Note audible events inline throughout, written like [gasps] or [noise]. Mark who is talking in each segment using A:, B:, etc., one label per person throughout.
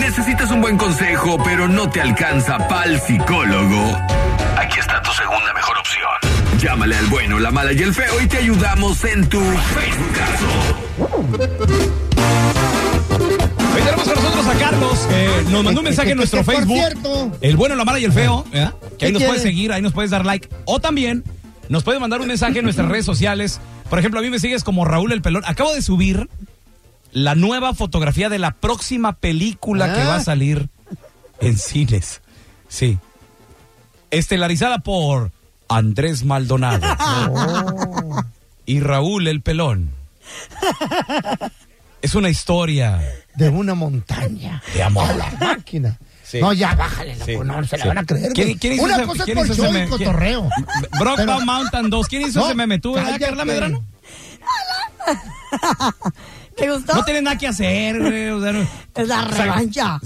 A: Necesitas un buen consejo, pero no te alcanza pal psicólogo. Aquí está tu segunda mejor opción. Llámale al bueno, la mala y el feo y te ayudamos en tu Facebook.
B: Hoy tenemos con nosotros a Carlos, que nos
C: [laughs]
B: mandó un mensaje en nuestro
C: Por
B: Facebook.
C: cierto.
B: El bueno, la mala y el feo, ¿verdad? Que
C: ¿Qué
B: ahí nos puedes
C: quiere?
B: seguir, ahí nos puedes dar like. O también nos puedes mandar un mensaje en nuestras redes sociales. Por ejemplo, a mí me sigues como Raúl el Pelón. Acabo de subir la nueva fotografía de la próxima película que
C: Ah.
B: va a salir en cines. Sí. Estelarizada por Andrés Maldonado y Raúl el Pelón. Es una historia
C: de una montaña.
B: de amor.
C: A la máquina.
B: Sí.
C: No, ya bájale, loco,
B: Sí.
C: no se
B: Sí.
C: la van a creer.
B: ¿Quién-
C: güey.
B: quién hizo
C: Una
B: ese-
C: cosa
B: quién
C: es por
B: hizo
C: show
B: ese
C: y
B: me- quién-
C: cotorreo.
B: Brockback
C: Pero-
B: Mountain 2. ¿Quién hizo
C: No,
B: ese meme? ¿Tú, verdad,
C: cállate.
B: Carla Medrano?
D: ¿Te gustó?
B: No tienes nada que hacer, güey. o sea, no-
D: Es la revancha.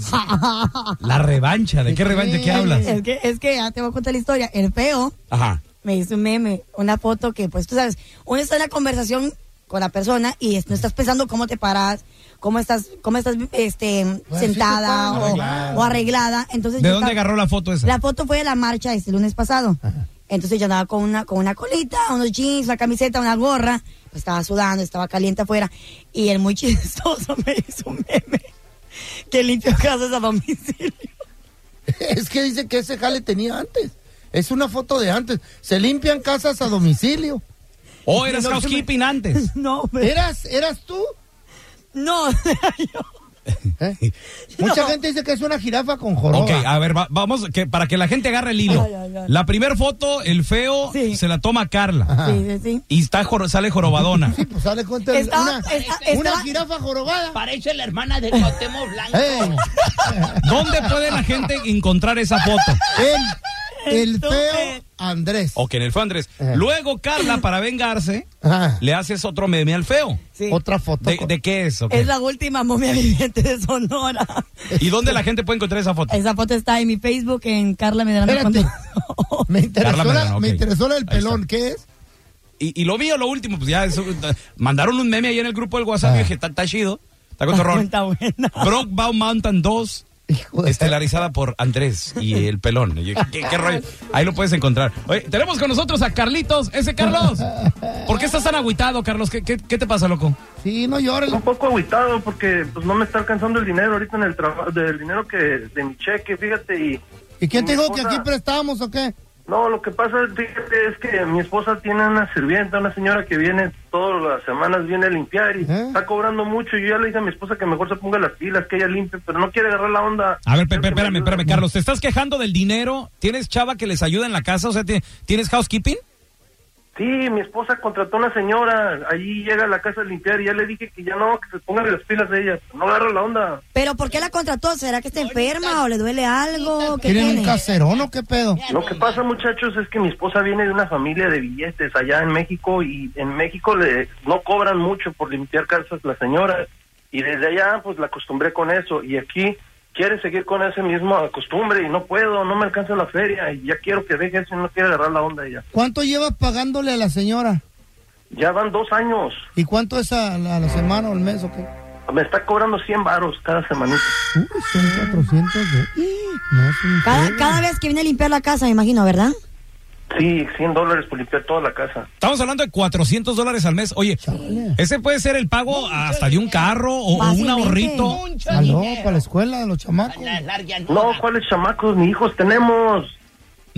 B: La revancha. ¿De qué revancha? [laughs] ¿De qué hablas?
D: es, que, es que ya te voy a contar la historia. El feo
B: Ajá.
D: me hizo un meme, una foto que, pues tú sabes, uno está en la conversación con la persona y es- no estás pensando cómo te paras, cómo estás, cómo estás este, sentada
C: sí,
D: o,
C: claro.
D: o arreglada. Entonces
B: ¿De
D: yo
B: dónde
D: estaba-
B: agarró la foto esa?
D: La foto fue de la marcha este lunes pasado. Entonces yo andaba con una, con una colita, unos jeans, una camiseta, una gorra. Pues estaba sudando, estaba caliente afuera. Y el muy [laughs] chistoso me hizo un meme que limpió casas a [laughs] domicilio.
C: Es que dice que ese jale tenía antes. Es una foto de antes. Se limpian casas a domicilio.
B: ¿O Oh, eras
D: No, yo me-
B: housekeeping
D: [laughs]
B: antes?
D: No, hombre.
C: ¿Eras, eras tú?
D: no, [laughs] yo.
B: [laughs]
C: ¿Eh? Mucha
D: No.
C: gente dice que es una jirafa con joroba. Ah,
B: Ok, a ver, va- vamos, que, para que la gente agarre el hilo.
D: Ay, ay, ay.
B: La primera foto, el feo,
D: Sí.
B: se la toma Carla.
C: Ajá.
D: Sí, sí, sí.
B: Y está, jor-
C: [laughs]
B: sale jorobadona.
C: Sí, pues sale cuenta
D: Estaba-
C: una,
D: esta-
C: una
D: estaba-
C: jirafa jorobada.
E: Parece la hermana de Cotemo Blanco.
C: Eh,
B: ¿Dónde puede la gente encontrar esa foto?
D: [laughs]
C: el, el feo
D: Entonces-
C: Andrés.
B: Ok, en el fue Andrés.
C: Ajá.
B: Luego Carla, para vengarse,
C: Ajá.
B: le haces otro meme al feo.
D: sí.
C: Otra foto.
B: ¿De, de qué es? ok?
D: Es la última momia viviente de Sonora.
B: ¿Y dónde la gente puede encontrar esa foto?
D: Esa foto está en mi Facebook, en Carla Medrano.
C: Espérate.
D: [laughs] Contreras.
C: Me interesó,
B: Carla
C: la-
B: Medrano,
C: me
B: ok.
C: interesó la del
B: Ahí está.
C: pelón. ¿Qué es?
B: Y, y lo mío, lo último, pues ya eso, eh, mandaron un meme ahí en el grupo del
C: Ah.
B: WhatsApp y dije, está, está chido, está
D: [laughs]
B: con terror.
D: Cuenta buena.
B: Brockback Mountain 2,
C: Hijo de-
B: estelarizada por Andrés y el pelón. Y yo, ¿Qué, qué rollo? Ahí lo puedes encontrar. Oye, tenemos con nosotros a Carlitos. Ese Carlos. ¿Por qué estás tan agüitado, Carlos? ¿Qué, qué- qué te pasa, loco?
C: Sí, no llores.
F: un poco aguitado porque pues no me está alcanzando el dinero ahorita en el trabajo del dinero que de mi cheque fíjate y
C: ¿Y quién te dijo
F: mi
C: que
F: esposa-
C: aquí prestamos o qué?
F: no lo que pasa fíjate es que mi esposa tiene una sirvienta una señora que viene todas las semanas viene a limpiar y
C: ¿Eh?
F: está cobrando mucho yo ya le dije a mi esposa que mejor se ponga las pilas que ella limpie pero no quiere agarrar la onda
B: A ver,
F: Quiero que
B: Pepe,
F: me
B: espérame,
F: ayude.
B: espérame, Carlos. ¿Te estás quejando del dinero? ¿Tienes chava que les ayuda en la casa? O sea, ¿tie- ¿tienes housekeeping?
F: sí mi esposa contrató una señora allí llega a la casa a limpiar y ya le dije que ya no que se pongan las pilas de ella no agarra la onda
D: ¿Pero por qué la contrató? ¿Será que está enferma o le duele algo? ¿Qué
C: ¿Tienen
D: tiene?
C: un
D: [gasps]
C: caserón o qué pedo?
F: Lo que pasa, muchachos, es que mi esposa viene de una familia de billetes allá en México y en México le no cobran mucho por limpiar casas las señoras y desde allá pues la acostumbré con eso y aquí quiere seguir con ese mismo costumbre y no puedo, no me alcanza la feria y ya quiero que deje eso y no quiere agarrar la onda ella.
C: ¿Cuánto llevas pagándole a la señora?
F: Ya van dos años,
C: ¿Y cuánto es a la, a la semana o al mes o qué?
F: me está cobrando 100 varos cada semanita.
C: Uy, son 400. de- ¡Ih! No, es un
D: Cada,
C: pedo.
D: cada vez que viene a limpiar la casa, me imagino, ¿verdad?
F: Sí, 100 dólares por limpiar toda la casa.
B: Estamos hablando de 400 dólares al mes. Oye,
C: Chale.
B: ese puede ser el pago hasta de un carro o, o un
D: Fácilmente.
B: ahorrito.
E: Mucho
C: Aló,
E: dinero.
C: Ah, para la escuela de los chamacos.
E: Las largas
F: No,
E: no,
F: ¿cuáles chamacos ni hijos tenemos? ¿Eh?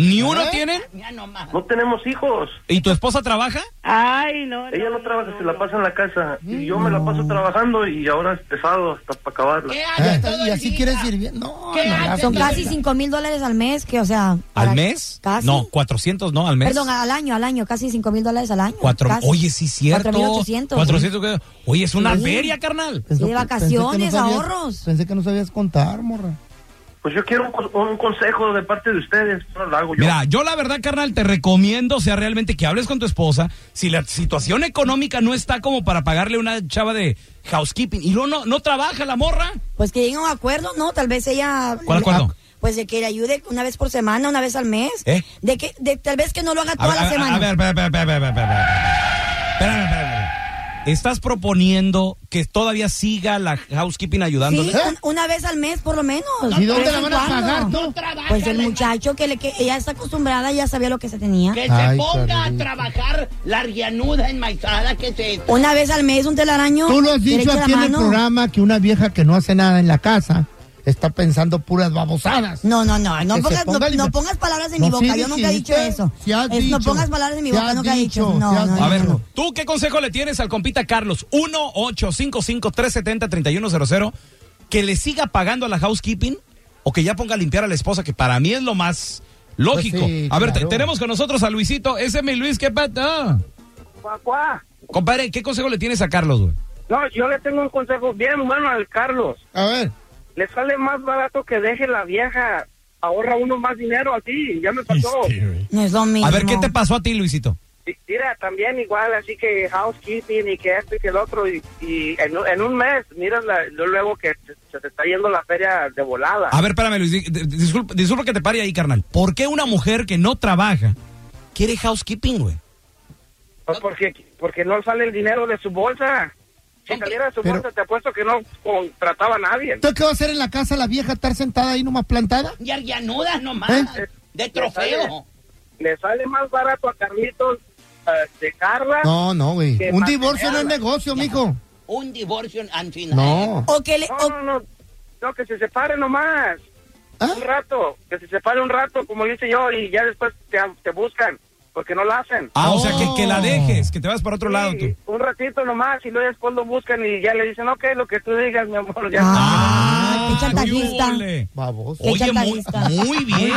B: ¿Ni uno tienen?
E: ya no más.
F: No tenemos hijos.
B: ¿Y tu esposa trabaja?
G: Ay, no.
F: Ella no trabaja, se la pasa en la casa. Y yo me la paso trabajando y ahora estresado hasta para acabarla.
E: ¿Qué
C: Ah,
E: haces todo
C: y
E: el
C: así
E: día?
C: quieres servir. No,
E: ¿Qué
C: no,
E: haces?
C: gracias,
D: Son
C: no.
D: casi cinco mil dólares al mes, que o sea... para-
B: ¿Al mes?
D: Casi.
B: No, 400 no, al mes.
D: Perdón, al año, al año, casi cinco mil dólares al año.
B: Cuatro,
D: casi.
B: oye, sí, cierto.
D: 4,800.
B: 400, que- Oye, es una
D: Sí.
B: feria, carnal.
C: Es lo
D: Y
C: que- pensé que
D: de vacaciones,
C: sabías-
D: ahorros.
C: Pensé que no sabías contar, morra.
F: Pues yo quiero un, con- un consejo de parte de ustedes, no lo hago yo.
B: Mira, yo la verdad, carnal, te recomiendo, o sea, realmente que hables con tu esposa. Si la situación económica no está como para pagarle una chava de housekeeping y no, no, no trabaja la morra.
D: Pues que lleguen a un acuerdo, ¿no? Tal vez ella...
B: ¿Cuál acuerdo?
D: Pues de que le ayude una vez por semana, una vez al mes.
B: ¿Eh?
D: De que de, tal vez que no lo haga
B: A
D: toda
B: ver,
D: la
B: a ver,
D: semana.
B: a ver, espera, espera, espera, espera, espera, espera, espera, espera. Estás proponiendo que todavía siga la housekeeping ayudándole.
D: Sí, un- una vez al mes por lo menos.
C: ¿Y dónde
D: De
C: la
D: vez
C: van
D: en
C: a
D: cuando.
C: pagar, tú?
E: No trabaja.
D: Pues el
E: la-
D: muchacho que, le, que ella está acostumbrada, ya sabía lo que se tenía.
E: Que
C: Ay,
E: se ponga a
C: Carlita.
E: trabajar la rianuda enmaizada que se...
D: Una vez al mes un telaraño.
C: Tú lo has dicho
D: derecho a la
C: aquí en el
D: mano.
C: programa que una vieja que no hace nada en la casa está pensando puras babosadas.
D: No, no, no, no
C: Que se
D: pongas, no,
C: ponga a limpiar.
D: no pongas palabras en
C: No,
D: mi boca,
C: sí
D: yo nunca he dicho
C: dijiste,
D: eso.
C: sí has
D: Es- No
C: dicho,
D: pongas palabras en mi
C: sí
D: boca,
C: has
D: nunca he
C: dicho,
D: dicho. No,
C: sí has
D: no, no,
B: A ver,
D: no.
B: ¿tú qué consejo le tienes al compita Carlos? 1-855-370-3100. ¿Que le siga pagando a la housekeeping o que ya ponga a limpiar a la esposa? Que para mí es lo más lógico.
C: Pues sí,
B: a ver, te-
C: claro.
B: tenemos con nosotros a Luisito. Ese es mi Luis, ¿qué pata? Compadre, ¿qué consejo le tienes a Carlos, güey?
G: No, yo le tengo un consejo bien humano al Carlos.
C: A ver,
G: Le sale más barato que deje la vieja. Ahorra uno más dinero así, ya me
C: [laughs]
G: pasó.
D: No es lo mismo.
B: A ver, ¿qué te pasó a ti, Luisito?
G: Y- Mira, también igual, así que housekeeping y que esto y que el otro. Y, y en, un- en un mes, miras la- lo- luego que te- se te está yendo la feria de volada.
B: A ver, espérame, Luis. di- di- Disculpa, disculpa que te pare ahí, carnal. ¿Por qué una mujer que no trabaja quiere housekeeping, güey?
G: Pues porque, porque no sale el dinero de su bolsa. Si saliera de su
C: pero-
G: bolsa, te apuesto que no contrataba a nadie.
C: ¿tú qué va a hacer en la casa la vieja estar sentada ahí nomás plantada?
E: Y rianudas nomás.
C: ¿Eh?
E: De
G: sale-
E: trofeo.
G: Le sale más barato a Carlitos eh, dejarla.
C: No, no, güey.
G: Que
C: Un
G: mantenerla.
C: divorcio no es negocio, mijo.
E: Un divorcio al final.
C: No.
D: O que le.
G: No,
D: o-
G: no, no, no, que se separe nomás.
C: ¿Ah?
G: Un rato, que se separe un rato, como le hice yo, y ya después te, te buscan, porque no lo hacen.
B: Ah, o
C: No.
B: sea, que, que
D: Oh.
B: la dejes, que te vas para otro lado tú.
G: Sí, un ratito nomás, y luego después lo buscan y ya le dicen, ok, lo que tú digas, mi amor, ya.
D: Ah, qué chantajista.
B: ¡Yúbole!
C: Baboso.
D: Qué
B: Oye, muy,
D: chantajista.
B: muy bien.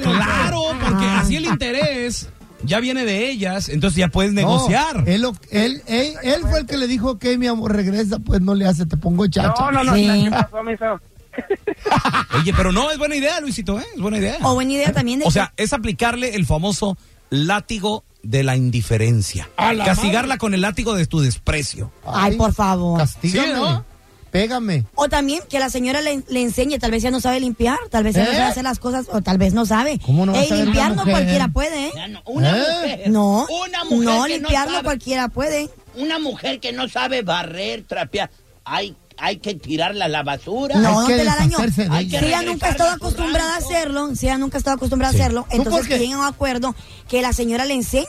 B: Claro, porque
D: Ah.
B: así el interés ya viene de ellas, entonces ya puedes
C: No,
B: negociar.
C: él, lo- él, él, él fue el que le dijo, ok, mi amor, regresa, pues no le hace, te pongo chacha.
G: No, no, no,
D: Sí.
G: ¿qué pasó, mijo?
B: [laughs] Oye, pero no, es buena idea, Luisito, ¿eh? Es buena idea.
D: O buena idea también de
B: O sea, es aplicarle el famoso látigo de la indiferencia. Castigarla con el látigo de tu desprecio.
D: Ay, por favor.
C: Castígame.
B: Sí, ¿no?
C: Pégame.
D: O también que la señora le, le enseñe, tal vez ella no sabe limpiar, tal vez ella no
C: ¿Eh?
D: sabe hacer las cosas, o tal vez no sabe.
C: ¿Cómo no va a
D: Ey,
C: saber una
D: limpiar no
C: mujer?
D: cualquiera puede, ¿eh?
E: Ya no, Una
C: ¿Eh?
E: mujer.
D: No,
E: Una mujer
D: no,
E: que no
D: limpiarlo
E: sabe.
D: cualquiera puede.
E: Una mujer que no sabe barrer, trapear. Hay, hay que tirarla a la basura.
D: No,
C: Hay
D: no
C: que
D: te la daño.
C: deshacerse de
E: Hay
D: Si
E: que
D: ella
E: regresarla
D: nunca ha estado
E: a su
D: acostumbrada a
E: rancho.
D: hacerlo, si ella nunca ha estado acostumbrada
B: Sí.
D: a hacerlo,
C: ¿Tú por
D: entonces
C: qué?
D: que lleguen a un acuerdo que la señora le enseñe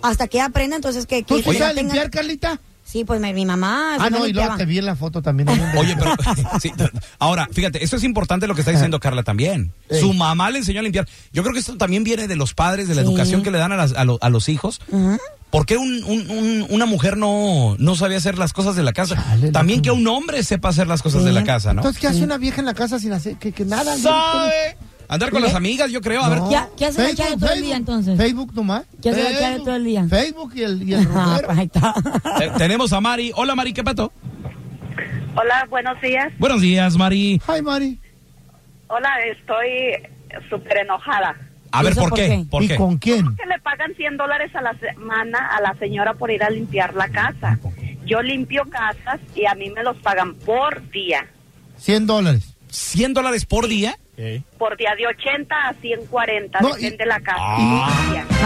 D: hasta que ella aprenda, entonces que...
C: ¿Tú
D: que
C: sí
D: ella
C: sabes
D: tenga-
C: limpiar, Carlita?
D: Sí, pues mi, mi
C: Ah,
D: mamá... si
C: no, y luego
D: limpiaba.
C: te vi en la foto también. ahí donde-
B: Oye,
C: [laughs]
B: pero [laughs] sí, ahora, fíjate, esto es importante lo que está diciendo Carla también.
C: Ey.
B: Su mamá le enseñó a limpiar. Yo creo que esto también viene de los padres, de la
D: Sí.
B: educación que le dan a, las- a lo- a los hijos.
D: Ujú.
B: ¿Por qué un- un- un- una mujer no, no sabía hacer las cosas de la casa?
C: Chale,
B: También
C: loco.
B: que un hombre sepa hacer las cosas
D: Sí.
B: de la casa, ¿no?
C: Entonces, ¿qué hace una vieja en la casa sin hacer que, que nada?
B: ¿Sabe? Andar con
C: ¿Qué?
B: las amigas, yo creo. A ver,
C: ¿Eh? No.
D: ¿Qué- qué hace la chava todo el día, entonces?
C: Facebook nomás.
D: ¿Qué hace la
C: Facebook,
D: chava todo el día?
C: Facebook y el, y el
D: [laughs] Ah,
C: rockero.
D: pues ahí está.
B: te- Eh, tenemos a Mari. Hola, Mari, ¿qué pato?
H: Hola, buenos días.
B: Buenos días, Mari.
C: Hi, Mari.
H: Hola, estoy súper enojada.
B: A
D: ¿Y
B: ver,
D: eso
B: ¿por
D: por
B: qué?
D: qué?
B: ¿Por
C: ¿Y
B: qué?
C: con quién?
H: Que le pagan 100 dólares a la semana a la señora por ir a limpiar la casa. Yo limpio casas y a mí me los pagan por día.
C: 100 dólares.
B: ¿100 dólares por día?
H: Por día de 80 a 140,
C: No, y- Ah.
H: depende de la casa.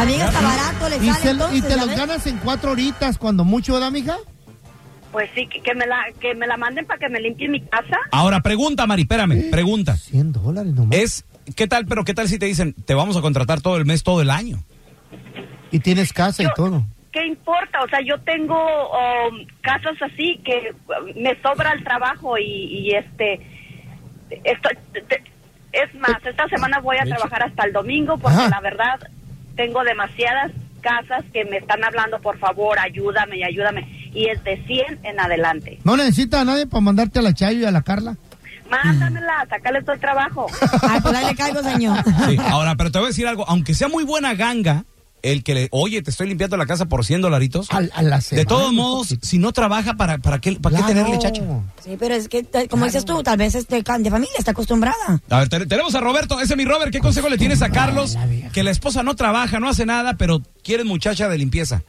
D: Amiga, está barato, le
C: ¿Y,
D: sale
C: se- y
D: entonces,
C: te
D: ¿ya
C: los
D: ves?
C: ganas en cuatro horitas cuando mucho, ¿verdad, mija?
H: Pues sí, que, que me la, que me la manden para que me limpie mi casa.
B: Ahora, pregunta, Mari, espérame, pregunta.
C: 100 dólares nomás.
B: Es, ¿qué tal? Pero ¿qué tal si te dicen, te vamos a contratar todo el mes, todo el año?
C: Y tienes casa y todo.
H: ¿Qué importa? O sea, yo tengo um, casas así que uh, me sobra el trabajo y, y, este... Esto, te- te- es más, esta semana voy a trabajar hasta el domingo porque
C: Ajá.
H: la verdad tengo demasiadas casas que me están hablando, por favor, ayúdame y ayúdame. Y es de 100 en adelante.
C: No necesita a nadie para mandarte a la Chayo y a la Carla.
H: Mándamela, sácale todo
D: [laughs]
H: el trabajo.
D: Ay, pues ahí le caigo, señor.
B: Sí, Ahora, pero te voy a decir algo. Aunque sea muy buena ganga, el que le, oye, te estoy limpiando la casa por 100 dolaritos.
C: Al- a la
B: De
C: semana,
B: todos
C: un
B: modos,
C: poquito.
B: si no trabaja, ¿para, para qué, para qué
C: Claro.
B: tenerle chacho?
D: Sí, pero es que, tal- como dices tú, tal vez es de, ca- de familia, está acostumbrada.
B: A ver, te- tenemos a Roberto. Ese es mi Robert. ¿Qué consejo le tienes a
C: Pues
B: Carlos?
C: la vieja.
B: Que la esposa no trabaja, no hace nada, pero quiere muchacha de limpieza.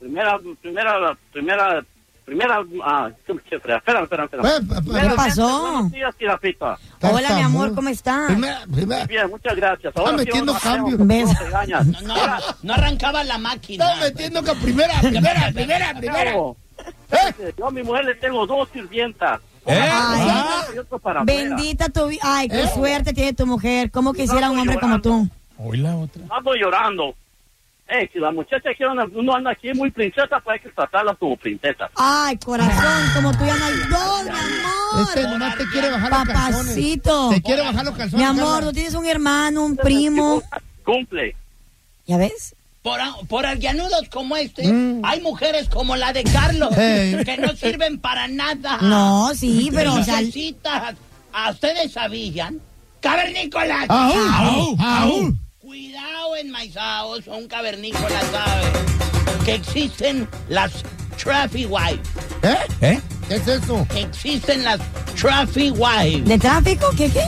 G: Primera, primera, primera, primera. Ah, espera, espera, espera.
C: Eh, pa- pa-
D: ¿Qué pasó?
G: Buenos días, Tirapita.
C: Tartamudo.
D: Hola, mi amor, ¿cómo estás?
C: Primera, primera.
G: Bien, muchas gracias. Ahora
C: Está
G: sí
C: metiendo
G: vamos a hacer
C: cambios.
G: un-
D: Beso.
G: no te engañas.
E: No, no, arran- no arrancaba la máquina.
C: Está metiendo que primera, [laughs]
E: [laughs]
C: primera, primera, primera. ¿Eh?
G: Cabo, Yo a mi mujer le tengo dos sirvientas.
B: ¿Eh?
D: Ay,
G: Y otro para afuera.
D: bendita tu vida. Ay, qué
C: ¿Eh?
D: suerte tiene tu mujer. ¿Cómo quisiera un hombre como tú?
B: Hoy la otra.
G: Ando llorando. Eh, si la muchacha que anda- uno anda aquí muy princesa, pues hay que tratarla como princesa.
D: Ay, corazón, como tú ya no hay dos, mi
C: Este
D: amor.
C: nomás te quiere bajar los calzones.
D: Papacito.
C: Te quiere bajar los calzones.
D: Mi amor,
C: Carla.
D: tú tienes un hermano, un primo.
G: Cumple.
D: ¿Ya ves?
E: Por, a- por alganudos como este, hay mujeres como la de Carlos
C: Mm. Hey.
E: que no sirven para nada.
D: No, sí, pero o sea,
E: Mujercitas, ¿a ustedes sabían? ¡Cavernícolas!
C: Aú, aú.
E: Cuidado en Maizaos, son cavernícolas, ¿sabes? Que existen las traffic wives.
C: ¿Eh?
B: ¿Eh?
C: ¿Qué es eso?
E: Existen las traffic wives.
D: ¿de tráfico? ¿Qué qué?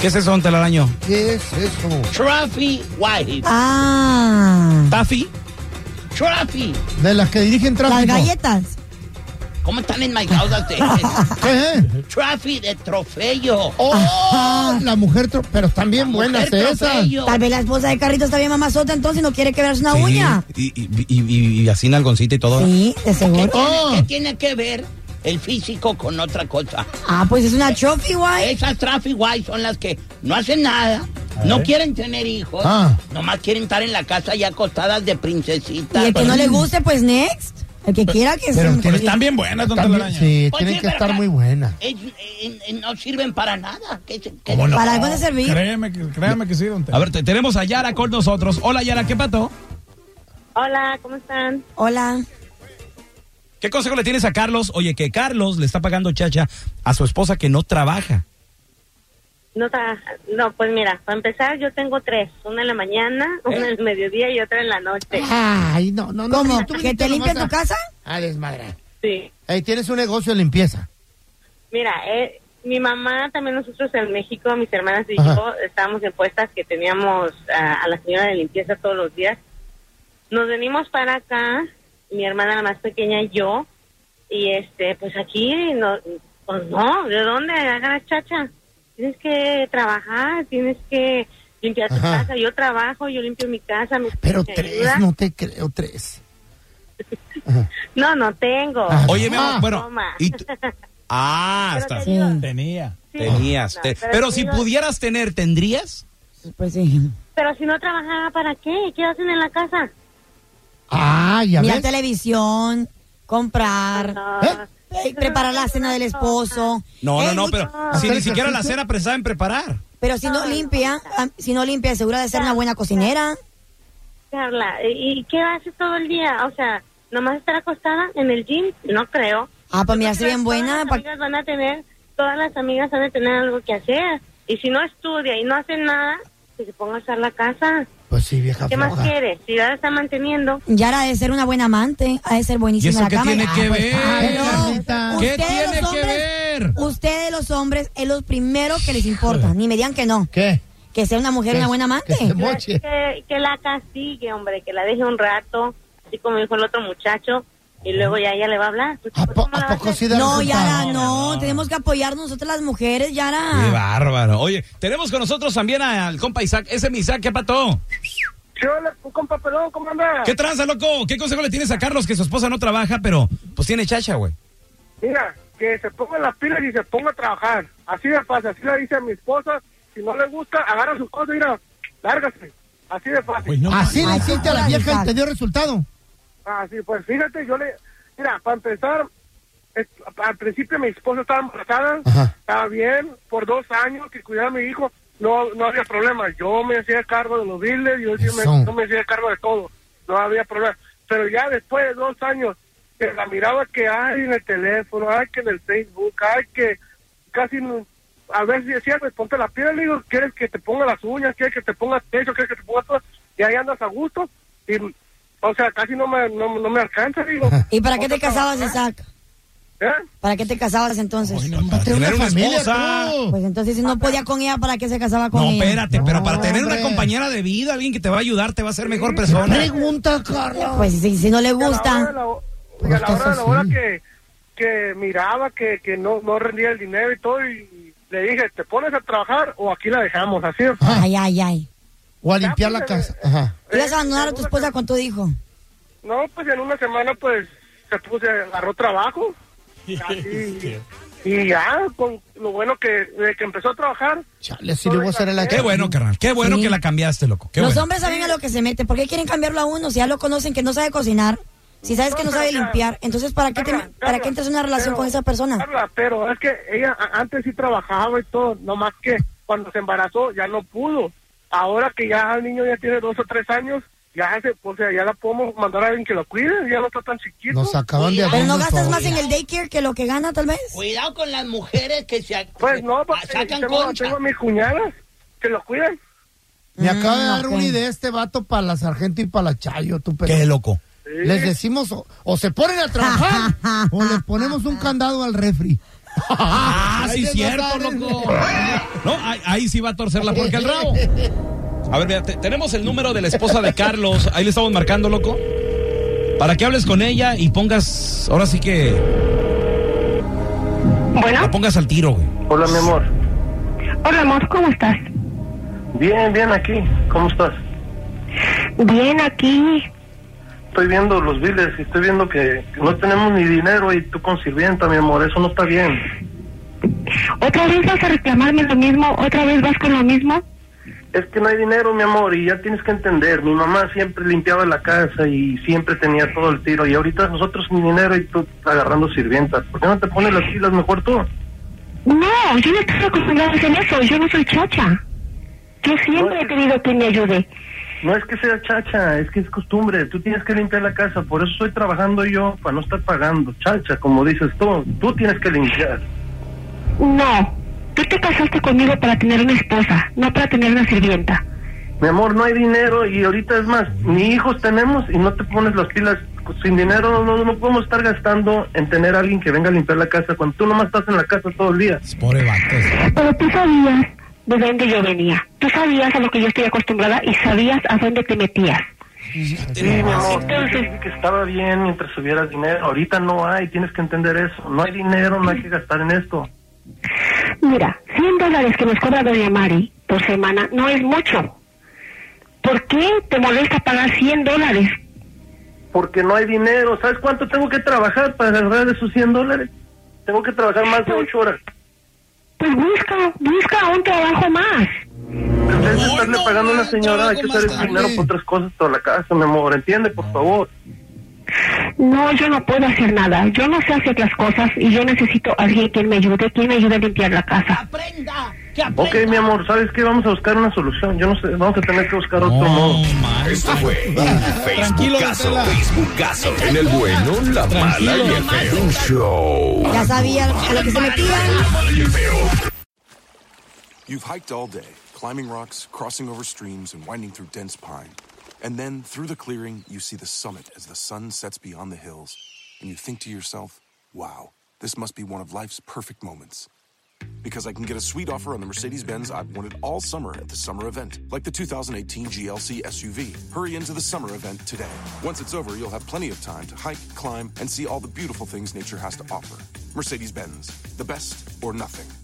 B: ¿Qué es eso, don telaraño?
C: ¿Qué es eso?
E: Traffic wives.
D: Ah,
B: ¿Taffy?
E: Traffic.
C: De las que dirigen tráfico.
D: las galletas.
E: ¿Cómo están en
C: [laughs]
E: Maizaos ustedes?
C: ¿Qué?
E: Traffic de trofeo.
C: ¡Oh! La mujer... tro- Pero están bien buenas
E: Mujer
C: esas.
E: trofeo.
D: Tal vez la esposa de Carrito está bien mamazota, entonces no quiere quebrarse una
B: Sí,
D: uña.
B: Y, y, y, y- y así nalgoncita y todo.
D: Sí, de
E: ¿Qué,
D: seguro.
C: Oh.
E: tiene, qué tiene que ver el físico con otra cosa?
D: Ah, pues es una trophy wife.
E: Esas traffic guys son las que no hacen nada, no quieren tener hijos,
C: Ah.
E: nomás quieren estar en la casa ya acostadas de princesita.
D: Y el que no le guste, pues next. El que quiera que
C: Pero
D: se-
C: tiene-
B: Están bien buenas, don
C: Están bien-
B: telaraño.
C: sí,
E: Pues
C: tienen
E: sí,
C: que
E: pero
C: estar
E: ca-
C: muy buenas.
E: Es- en- en- no sirven para nada. ¿Qué se- qué-
D: no? Para algo de servir.
I: Créeme, que- créeme que sí, don Tela.
B: A ver, te- tenemos a Yara con nosotros. Hola, Yara, ¿qué pato?
H: Hola, ¿cómo están?
D: Hola.
B: ¿Qué consejo le tienes a Carlos? Oye, que Carlos le está pagando chacha a su esposa que no trabaja.
H: No, trabaja- no, pues mira, para empezar yo tengo tres, una en la mañana, una en el mediodía y otra en la noche.
C: ¿Eh? Ay, no, no, no.
D: ¿Cómo?
C: tú
D: ¿Que
C: viniste
D: te limpia
C: nomás
D: tu
C: a-
D: casa?
C: A desmadrar.
H: Sí.
C: Ahí tienes un negocio de limpieza.
H: Mira, eh, mi mamá, también nosotros en México, mis hermanas y
C: Ajá.
H: yo, estábamos en puestas que teníamos ah, a la señora de limpieza todos los días. Nos venimos para acá, mi hermana la más pequeña y yo, y este, pues aquí, no, pues no, ¿de dónde agarras chacha? Tienes que trabajar, tienes que limpiar tu
C: Ajá.
H: casa. Yo trabajo, yo limpio mi casa. mi-
C: Pero
H: me
C: tres,
H: ayuda.
C: no te creo, tres.
H: No, no tengo.
C: Ah,
B: Oye, mi
C: Ah.
B: amor, bueno.
H: Toma.
B: y tú-
H: [laughs]
B: ah,
H: Pero
B: está.
H: te digo,
I: Tenía.
H: sí,
B: Tenías.
H: no,
B: te-
H: pero
B: pero
H: te
B: si
H: digo-
B: pudieras tener, ¿tendrías?
D: Pues sí.
H: Pero si no trabajaba, ¿para qué? ¿Qué hacen en la casa?
C: Ah, ya
D: Mirar
C: ves.
D: televisión, comprar,
H: Ah,
D: eh, preparar la cena del esposo.
B: No,
D: Eh,
B: no, no,
D: mucho-
B: pero si ni siquiera la cena pensaba en preparar.
D: Pero si no limpia, ah, si no limpia, segura de ser una buena cocinera.
H: Carla, ¿y y qué haces todo el día? O sea, ¿nomás estar acostada en el gym? No creo.
D: Ah, pues mira, si bien
H: Todas
D: buena.
H: Las
D: pa-
H: amigas van a tener, todas las amigas van a tener algo que hacer. Y si no estudia y no hace nada, que se ponga a hacer la casa.
C: Pues sí, vieja
H: ¿Qué más
C: floja.
H: quieres? Si ya la está manteniendo.
D: Yara ha de ser una buena amante, ha de ser
B: ¿Y
D: buenísima en
B: eso
D: la
B: qué
D: cámara.
B: tiene
C: Ah,
B: que
C: pues,
B: ver?
C: Pero-
B: ¿Qué
D: ustedes
B: tiene
D: los
B: que
D: hombres-
B: ver?
D: Ustedes los hombres es lo primero que les importa, ni me digan que no,
C: ¿Qué?
D: que sea una mujer
C: Que-
D: una buena
C: que se
D: amante.
C: mu- Moche.
H: Que, que la castigue, hombre, que la deje un rato, así como dijo el otro muchacho, y luego ya ella le va a hablar. Pues,
C: ¿A, po-
H: ¿cómo la
C: a
H: va a
C: poco
H: hacer?
C: sí da
D: No,
C: resultado?
D: Yara, no, tenemos que apoyarnos nosotras las mujeres,
B: Qué
D: Yara.
B: bárbaro. Oye, tenemos con nosotros también a- al compa Isaac. Ese es mi Isaac, ¿qué pato?
G: Hola, compa Pelón, ¿cómo andas?
B: ¿Qué tranza, loco? ¿Qué consejo le tienes a Carlos que su esposa no trabaja, pero pues tiene chacha, güey?
G: Mira, que se ponga las pilas y se ponga a trabajar. Así de fácil, así le dice a mi esposa. Si no le gusta, agarra su cosa y mira, lárgase. Así de fácil.
I: Uy, no
C: Así le
D: Ay,
C: hiciste a la
D: ay,
C: vieja
D: Isaac.
C: y te dio resultado.
G: Ah, sí, pues fíjate, yo le... Mira, para empezar, es- al principio mi esposa estaba embarazada,
C: Ajá.
G: estaba bien, por dos años que cuidaba a mi hijo, no no había problema. Yo me hacía cargo de los biles, yo, sí me,
C: Eso.
G: yo me hacía cargo de todo, no había problema. Pero ya después de dos años, que la miraba que hay en el teléfono, hay que en el Facebook, hay que casi... no- A veces decía, pues ponte la piel, le digo, ¿quieres que te ponga las uñas? ¿Quieres que te ponga techo? ¿Quieres que te ponga todo? y ahí andas a gusto. Y, o sea, casi no me, no, no me alcanza, digo.
D: [laughs] ¿Y para qué te
G: Otra
D: casabas,
G: trabajada,
D: Isaac?
G: ¿eh?
D: ¿Para qué te casabas entonces?
B: Para tener una esposa.
D: Pues entonces si no podía con ella, ¿para qué se casaba con
B: No,
D: ella?
B: espérate, pero para tener una
C: hombre.
B: compañera de vida, alguien que te va a ayudar, te va a hacer mejor persona.
C: Pregunta, Carla.
D: Pues si, si no le
G: Y a la hora de
D: gusta.
G: la ho-
C: ¿Por
G: Y a
C: qué
G: la hora de
C: estás
G: la hora
C: así?
G: que, que miraba que, que no, no rendía el dinero y todo, y le dije, ¿te pones a trabajar o aquí la dejamos? Así de fácil.
D: Ay, ay, ay.
C: o a limpiar la casa. Ajá.
D: ¿Ibas a abandonar a tu esposa con tu hijo?
G: No, pues en una semana pues se puse, agarró trabajo. Así, y ya, con lo bueno que, de que empezó a trabajar,
C: Chale, si le voy a hacer a la
B: Qué bueno, carnal. Qué bueno
D: Sí.
B: que la cambiaste, loco. Qué
D: Los
B: bueno.
D: hombres saben a lo que se mete. ¿Por qué quieren cambiarlo a uno? Si ya lo conocen, que no sabe cocinar, si sabes que no sabe limpiar, entonces ¿para qué, te-
G: Carla,
D: ¿para
G: Carla,
D: qué entras en una relación
G: pero-
D: con esa persona?
G: Carla, pero es que ella a- antes sí trabajaba y todo, nomás que cuando se embarazó ya no pudo. Ahora que ya el niño ya tiene dos o tres años, ya se, o sea, ya la podemos mandar a alguien que lo cuide, ya no está tan chiquito.
C: Nos acaban de
D: Pero
C: abrir
D: no
C: los
D: gastas
C: ojos.
D: más en el daycare que lo que gana, tal vez.
E: Cuidado con las mujeres que se ac-
G: Pues no, porque
E: sacan
G: tengo,
E: concha.
G: tengo a mis cuñadas que lo cuidan.
C: Me acaba de
D: Mm,
C: dar
D: ok.
C: una idea este vato para la sargento y para la chayo, tú pero-
B: Qué loco.
C: Les decimos o, o se ponen a
D: [laughs]
C: trabajar o les ponemos un candado al refri.
B: Ah, sí,
C: Ay,
B: cierto,
C: no [laughs]
B: loco. No, ahí, ahí sí va a torcer la puerca el rabo. A ver, mira, te- tenemos el número de la esposa de Carlos. Ahí le estamos marcando, loco. Para que hables con ella y pongas. Ahora sí que. La
H: Bueno,
B: pongas al tiro, güey.
F: Hola, mi amor.
H: [laughs] hola amor, ¿cómo estás?
F: Bien, bien aquí. ¿Cómo estás?
H: Bien aquí.
F: Estoy viendo los biles y estoy viendo que no tenemos ni dinero y tú con sirvienta, mi amor. Eso no está bien.
H: ¿Otra vez vas a reclamarme lo mismo? ¿Otra vez vas con lo mismo?
F: Es que no hay dinero, mi amor, y ya tienes que entender. Mi mamá siempre limpiaba la casa y siempre tenía todo el tiro. Y ahorita nosotros sin dinero y tú agarrando sirvientas. ¿Por qué no te pones las pilas mejor tú?
H: No, yo no estoy acostumbrada a hacer eso, yo no soy chacha. Yo siempre he querido que me ayude.
F: No es que sea chacha, es que es costumbre. Tú tienes que limpiar la casa. Por eso estoy trabajando yo, para no estar pagando. Chacha, como dices tú, tú tienes que limpiar.
H: No, tú te casaste conmigo para tener una esposa, no para tener una sirvienta.
F: Mi amor, no hay dinero y ahorita es más, ni hijos tenemos y no te pones las pilas. Sin dinero no, no podemos estar gastando en tener a alguien que venga a limpiar la casa cuando tú nomás estás en la casa todo el día.
B: Es Pobre vato. ese.
H: Pero tú sabías de dónde yo venía, tú sabías a lo que yo estoy acostumbrada y sabías a dónde te metías.
F: Pues Sí, mi amor, yo
H: Entonces-
F: te dije que estaba bien mientras hubiera dinero. Ahorita no hay, tienes que entender eso. No hay dinero, no hay que gastar en esto.
H: Mira, 100 dólares que nos cobra Doña Mari por semana no es mucho. ¿Por qué te molesta pagar 100 dólares?
F: Porque no hay dinero. ¿Sabes cuánto tengo que trabajar para agarrar esos 100 dólares? Tengo que trabajar más de 8 horas.
H: Pues busca, busca un trabajo más.
F: En vez de estarle pagando a una señora, hay que usar ese dinero para otras cosas para la casa, mi amor. Entiende, por favor.
H: No, yo no puedo hacer nada. Yo no sé hacer las cosas y yo necesito a alguien que me ayude, quien me ayude a limpiar la casa.
E: Aprenda, que
F: Ok,
E: aprenda.
F: mi amor, ¿sabes qué? Vamos a buscar una solución. Yo no sé, vamos a tener que buscar otro modo. Ah.
B: No, man.
A: Esto fue un Facebookazo, Facebookazo en el bueno, la mala y el feo show.
D: Ya sabía a lo que se metían.
J: You've hiked all day, climbing rocks, crossing over streams, and winding through dense pine. And then, through the clearing, you see the summit as the sun sets beyond the hills, and you think to yourself, wow, this must be one of life's perfect moments. Because I can get a sweet offer on the Mercedes Benz I've wanted all summer at the summer event, like the 2018 GLC SUV. Hurry into the summer event today. Once it's over, you'll have plenty of time to hike, climb, and see all the beautiful things nature has to offer. Mercedes Benz, the best or nothing.